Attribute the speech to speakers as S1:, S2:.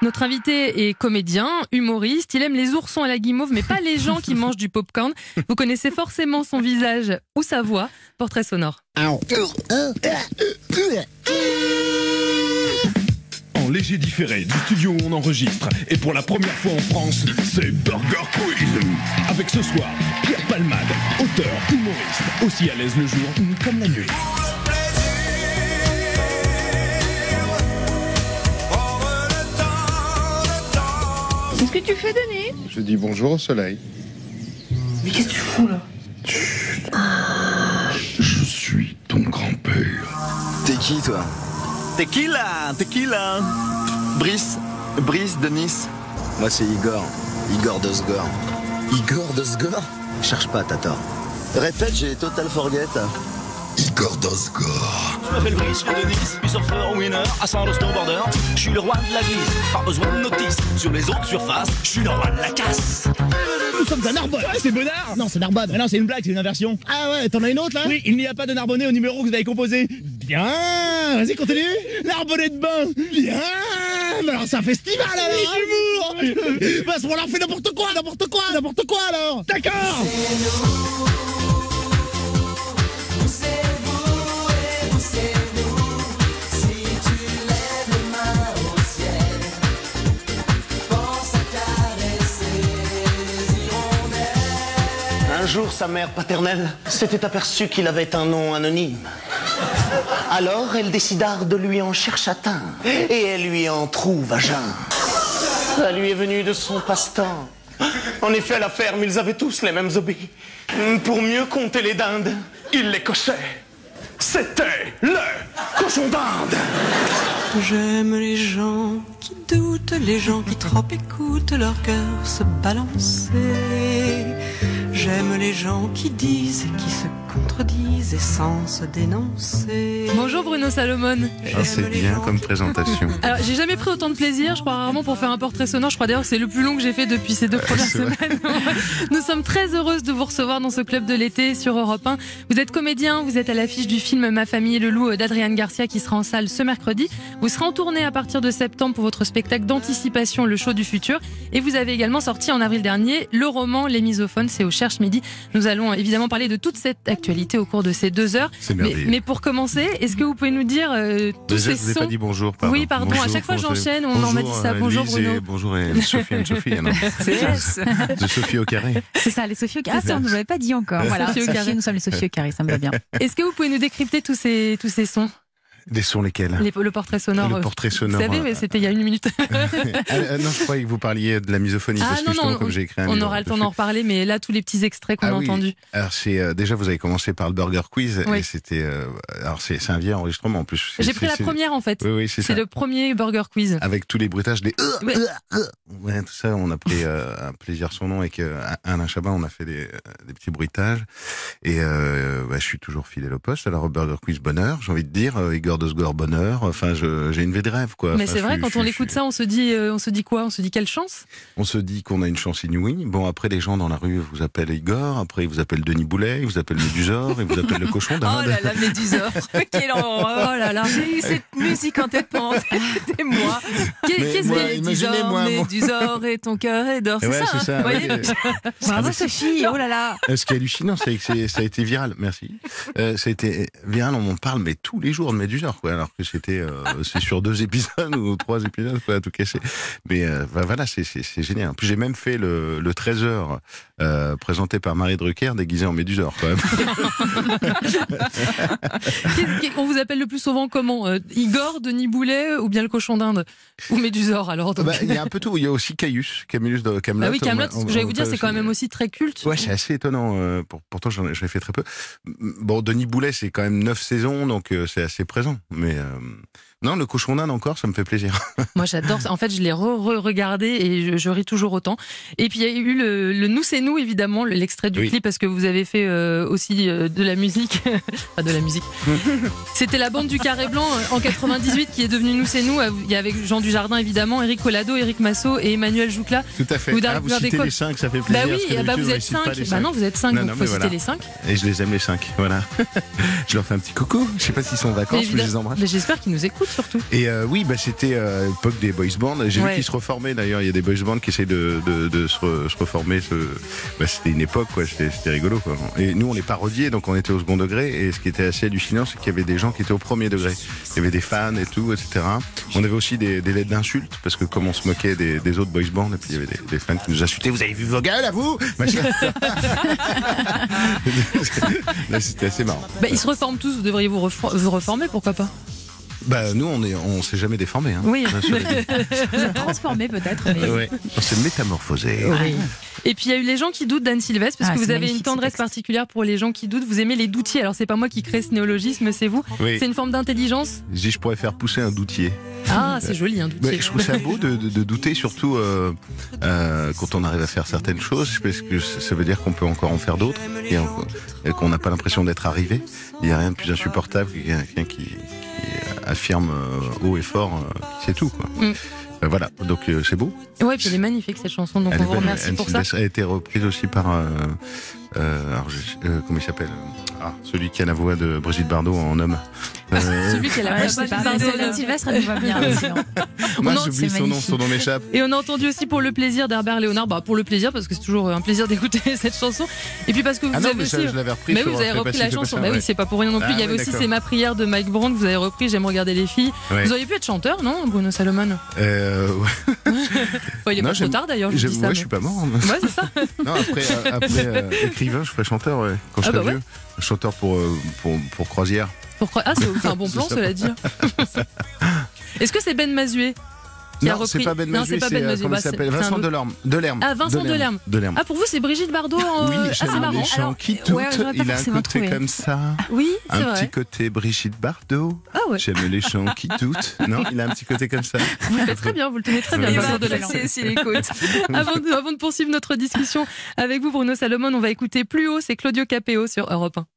S1: Notre invité est comédien, humoriste. Il aime les oursons et la guimauve, mais pas les gens qui mangent du popcorn. Vous connaissez forcément son visage ou sa voix. Portrait sonore.
S2: En léger différé du studio où on enregistre. Et pour la première fois en France, c'est Burger Quiz. Avec ce soir, Pierre Palmade, auteur, humoriste, aussi à l'aise le jour comme la nuit.
S3: Qu'est-ce que tu fais, Denis
S4: Je dis bonjour au soleil.
S3: Mais qu'est-ce que tu fous là
S2: Je suis ton grand-père.
S5: T'es qui toi Tequila, tequila. Brice, Brice de Nice. Moi c'est Igor, Igor de Sgor. Igor de Sgor Cherche pas, t'as tort. Répète, j'ai total forget. Igor de Sgor.
S6: Je m'appelle Brice de Nice, puis surfeur winner à saint snowboarder. Je suis le roi de la glisse, pas besoin de notice. Sur les autres surfaces, je suis le roi de la casse.
S7: Nous sommes à Narbonne. c'est Bonnard. Non, c'est Narbonne. non, c'est une blague, c'est une inversion. Ah ouais, t'en as une autre là Oui, il n'y a pas de Narbonnais au numéro que vous avez composé. Bien, vas-y, continue. Narbonnais de bain. Bien. Mais alors, c'est un festival alors. hein. Parce qu'on leur fait n'importe quoi, n'importe quoi, n'importe quoi alors. D'accord.
S8: Un jour, sa mère paternelle s'était aperçue qu'il avait un nom anonyme. Alors, elle décida de lui en chercher un, et elle lui en trouve à jeun. Ça lui est venu de son passe-temps. En effet, à la ferme, ils avaient tous les mêmes hobbies. Pour mieux compter les dindes, ils les cochaient. C'était le cochon d'Inde
S9: J'aime les gens qui doutent, les gens qui trop écoutent leur cœur se balancer. J'aime les gens qui disent, et qui se contredisent et sans se dénoncer.
S1: Bonjour Bruno Salomon.
S9: J'aime
S4: c'est
S9: les
S4: bien
S9: gens
S4: comme
S9: qui-
S4: présentation.
S1: Alors, j'ai jamais pris autant de plaisir, je crois rarement pour faire un portrait sonore. Je crois d'ailleurs que c'est le plus long que j'ai fait depuis ces deux premières
S4: c'est vrai.
S1: semaines. Nous sommes très heureuses de vous recevoir dans ce club de l'été sur Europe 1. Vous êtes comédien, vous êtes à l'affiche du film Ma famille et le loup euh, d'Adriane Garcia qui sera en salle ce mercredi. Vous serez en tournée à partir de septembre pour votre spectacle d'anticipation Le show du futur. Et vous avez également sorti en avril dernier le roman Les misophones, c'est au Cherche Midi. Nous allons évidemment parler de toute cette actualité au cours de ces deux heures.
S4: C'est
S1: Mais,
S4: merveilleux.
S1: mais pour commencer, est-ce que vous pouvez nous dire euh, tous ces
S4: Déjà, je vous ai
S1: sons
S4: pas dit bonjour.
S1: Oui, pardon, à chaque fois,
S4: comment
S1: j'enchaîne, on
S4: allez-vous
S1: m'a
S4: Bonjour,
S1: dit ça.
S4: euh,
S1: Bonjour, euh,
S4: Lise et-
S1: Bruno.
S4: bonjour et Sophie and Sophie. ah non, de Sophie au carré.
S10: C'est ça, les Sophie au carré. Ah, ça, on ne nous l'avait pas dit encore. Voilà,
S1: Sophie au
S10: Sophie,
S1: carré.
S10: nous sommes les Sophie au carré, ça me va bien.
S1: Est-ce que vous pouvez nous décrypter tous ces, tous ces sons,
S4: Des sons lesquels
S1: les- le portrait sonore
S4: Le
S1: euh,
S4: portrait
S1: Vous
S4: sonore.
S1: savez, mais c'était il y a une minute.
S4: Ah, euh, non, je croyais que vous parliez de la misophonie.
S1: Ah,
S4: parce que
S1: non,
S4: justement,
S1: non,
S4: comme j'ai écrit un
S1: On
S4: livre
S1: aura le temps
S4: dessus.
S1: d'en reparler, mais là, tous les petits extraits qu'on
S4: Ah
S1: a
S4: oui.
S1: entendus.
S4: Alors, c'est, euh, déjà, vous avez commencé par le Burger Quiz.
S1: Oui.
S4: Et c'était. euh, alors, c'est, c'est un vieil enregistrement en plus. C'est-
S1: J'ai pris
S4: c'est-
S1: la
S4: c'est-
S1: première, en fait.
S4: Oui, oui, c'est ça. Ah,
S1: C'est le premier Burger Quiz.
S4: Avec tous les bruitages des. euh,
S1: Ouais.
S4: Ouais, tout ça, on a pris euh, un plaisir son nom avec euh, Alain Chabat, on a fait des, euh, des petits bruitages. Et euh, bah, je suis toujours fidèle au poste. Alors, Burger Quiz, bonheur, j'ai envie de dire. euh, Igor Dosgor, bonheur. Enfin, je- j'ai une vie de rêve, quoi.
S1: Mais
S4: Enfin,
S1: c'est
S4: bah, je
S1: vrai,
S4: suis-
S1: quand
S4: je
S1: on
S4: suis-
S1: l'écoute
S4: je
S1: ça, on se dit, euh, on se dit quoi On se dit quelle chance
S4: suis- On se dit qu'on a une chance inouïe. Bon, après, les gens dans la rue vous appellent Igor, après, ils vous appellent Denis Boulet, ils vous appellent Médusor, ils vous appellent le cochon d'Inde.
S10: la Médusor, quelle horreur.
S1: Oh là là
S10: J'ai eu cette musique en tête pendant des mois.
S1: Qu'est-
S4: Mais
S1: Qu'est-ce
S4: moi,
S1: que-
S4: imaginez-moi, moi.
S10: Médusor et ton cœur est d'or.
S4: Et ouais, c'est
S1: hein
S4: ça.
S10: Vous
S4: ouais,
S10: voyez
S4: et-
S10: Bravo Sophie, oh là là.
S4: Euh, Ce qui est hallucinant, c'est que c'est- ça a été viral. Merci. Euh, ça a été viral. On en parle, mais tous les jours de Médusor, quoi. Alors que c'était, euh, c'est sur deux épisodes ou trois épisodes, quoi, à tout casser. Mais euh, bah, voilà, c'est- c'est c'est génial. En plus, j'ai même fait le, euh, le 13 h présenté par Marie Drucker, déguisé en Médusor, quand même.
S1: qu'est- qu'est- On vous appelle le plus souvent comment Euh, Igor, Denis Boulet ou bien le cochon d'Inde Ou Médusor, alors donc.
S4: Bah, Il y a un peu tout. Il y a aussi Caius, Camillus de Camelot.
S1: Ah oui, Camelot,
S4: On- on-
S1: j'allais vous dire,
S4: on-
S1: c'est quand même aussi très culte.
S4: Ouais, c'est assez étonnant. euh, pour, pourtant, j'en ai, j'en ai fait très peu. M- Bon, Denis Boulet, c'est quand même neuf saisons, donc euh, c'est assez présent. Mais euh, non, le cochon d'Inde encore, ça me fait plaisir.
S1: Moi, j'adore. ça. En fait, je l'ai re-regardé et je, je ris toujours autant. Et puis, il y a eu le, le Nous, c'est nous, évidemment, le- l'extrait du
S4: Oui.
S1: clip, parce que vous avez fait euh, aussi euh, de la musique. Pas de la musique. C'était la bande du Carré Blanc euh, en 98 qui est devenue Nous, c'est nous. Il y avait Jean Dujardin, évidemment, Eric Collado, Eric Massot et Emmanuel Joucla.
S4: Tout à fait.
S1: Vous
S4: Vous,
S1: dar-
S4: ah, vous
S1: gardez
S4: citez
S1: quoi
S4: les 5, ça fait plaisir.
S1: Bah oui,
S4: parce que
S1: eh bah
S4: d'habitude,
S1: vous
S4: on
S1: êtes
S4: les cite pas,
S1: 5.
S4: les
S1: Bah
S4: cinq.
S1: non, vous êtes 5,
S4: Non,
S1: donc
S4: non,
S1: faut
S4: mais
S1: citer
S4: voilà.
S1: les 5.
S4: Et je les aime les 5, voilà. je leur fais un petit coucou. Je sais pas s'ils sont en vacances, mais je les embrasse.
S1: J'espère qu'ils nous écoutent. écoute surtout.
S4: Et euh, oui, bah, c'était euh, l'époque des boys bands. J'ai
S1: Ouais.
S4: vu qu'ils se reformaient d'ailleurs. Il y a des boys bands qui essayent de, de, de se, re- se reformer. Ce... Bah, c'était une époque, quoi. C'était c'était rigolo. Quoi. Et nous, on les parodiait, donc on était au second degré. Et ce qui était assez hallucinant, c'est qu'il y avait des gens qui étaient au premier degré. Il y avait des fans et tout, etc. On avait aussi des, des lettres d'insultes, parce que comme on se moquait des, des autres boys bands, et puis il y avait des, des fans qui nous insultaient. Vous avez vu vos gueules à vous Machin. Là, C'était assez marrant.
S1: Bah, ils se reforment tous, vous devriez vous, refro- vous reformer, pourquoi pas
S4: Bah, nous, on est, on s'est jamais déformé. Hein,
S1: Oui,
S4: Bien sûr.
S1: transformer peut-être.
S4: Ouais. On s'est métamorphosé.
S1: Et puis il y a eu les gens qui doutent d'Anne Sylvestre parce
S4: Ah,
S1: que vous
S4: c'est
S1: avez une
S4: magnifique,
S1: tendresse particulière pour les gens qui doutent. Vous aimez les doutiers. Alors c'est pas moi qui crée ce néologisme, c'est vous.
S4: Oui.
S1: C'est une forme d'intelligence.
S4: Je dis, je pourrais faire pousser un doutier.
S1: Ah, c'est joli un doutier.
S4: Mais je trouve ça beau de, de- de douter, surtout euh, euh, quand on arrive à faire certaines choses, parce que ça ça veut dire qu'on peut encore en faire d'autres et, en- et qu'on n'a pas l'impression d'être arrivé. Il n'y a rien de plus insupportable que quelqu'un qui, qui affirme euh, haut et fort, euh, c'est tout. Quoi.
S1: Mm.
S4: Euh, voilà, donc euh, c'est beau.
S1: Ouais, puis elle est magnifique cette chanson, donc
S4: Elle
S1: on
S4: est
S1: vous
S4: belle,
S1: remercie
S4: Anne
S1: pour ça.
S4: Sylvestre. Elle a été reprise aussi par. euh, euh, alors, je- euh, comment il s'appelle Ah, Celui qui a la voix de Brigitte Bardot en homme. Euh,
S1: Celui qui a la
S11: Ouais,
S1: voix
S11: je sais
S1: de
S11: pas,
S1: Bardot.
S11: mais c'est Anne Sylvestre, elle nous va bien aussi, hein.
S4: moi,
S1: Non,
S4: j'oublie
S1: c'est
S4: son nom,
S1: magnifique.
S4: son nom m'échappe.
S1: Et on a entendu aussi pour le plaisir d'Herbert Léonard, bah pour le plaisir parce que c'est toujours un plaisir d'écouter cette chanson. Et puis parce que vous
S4: Ah non,
S1: avez
S4: mais
S1: aussi,
S4: ça, je l'avais repris
S1: Mais
S4: sur
S1: oui, vous avez
S4: Fais pas
S1: repris
S4: ci,
S1: la
S4: fais pas
S1: chanson.
S4: ça,
S1: Bah
S4: ouais.
S1: oui, c'est pas pour rien non plus.
S4: Ah
S1: Il y avait
S4: ouais,
S1: aussi
S4: d'accord.
S1: c'est ma prière de Mike Brandt que vous avez repris. J'aime regarder les filles.
S4: Ouais.
S1: Vous auriez pu être chanteur, non, Bruno Salomon
S4: Euh, ouais.
S1: Enfin, Il est
S4: Non,
S1: pas trop
S4: j'aime-
S1: tard d'ailleurs. Je
S4: j'aime-
S1: dis ça.
S4: ouais,
S1: mais-
S4: je suis pas mort.
S1: Ouais, c'est ça.
S4: Non, après, euh, après euh, écrivain, je ferai chanteur, ouais, quand je
S1: Ah
S4: serai
S1: bah ouais.
S4: vieux. Chanteur pour, euh, pour, pour croisière.
S1: Pourquoi Ah, c'est c'est un bon
S4: C'est
S1: plan,
S4: sympa.
S1: cela dit. hein. Est-ce que c'est Ben Mazué qui a
S4: Non,
S1: repris
S4: c'est pas Ben
S1: Non,
S4: Mazué,
S1: pas
S4: c'est
S1: Ben
S4: euh,
S1: Mazué,
S4: comment
S1: bah,
S4: il
S1: c'est-
S4: s'appelle
S1: c'est un
S4: Vincent
S1: autre.
S4: Delerme. Delerme.
S1: Ah, Vincent Delerme.
S4: Delerme.
S1: Ah, pour vous, c'est Brigitte Bardot en.
S4: oui,
S1: euh, ah, c'est
S4: Chabot
S1: marrant.
S4: Deschamps qui doute.
S1: ouais, j'aurais pas
S4: il a un
S1: forcément
S4: côté
S1: trouvé.
S4: comme ça.
S1: Oui,
S4: Un
S1: c'est vrai.
S4: petit côté Brigitte Bardot.
S1: Ah ouais.
S4: J'aime les gens qui doutent. Non, il a un petit côté comme ça.
S1: Vous le faites très bien, vous le tenez très bien.
S4: Oui,
S11: bah,
S1: Vincent
S4: oui,
S1: Delerme.
S4: merci, s'il écoute.
S1: avant, de, avant de poursuivre notre discussion avec vous, Bruno Salomon, on va écouter Plus haut, c'est Claudio Capéo sur Europe 1.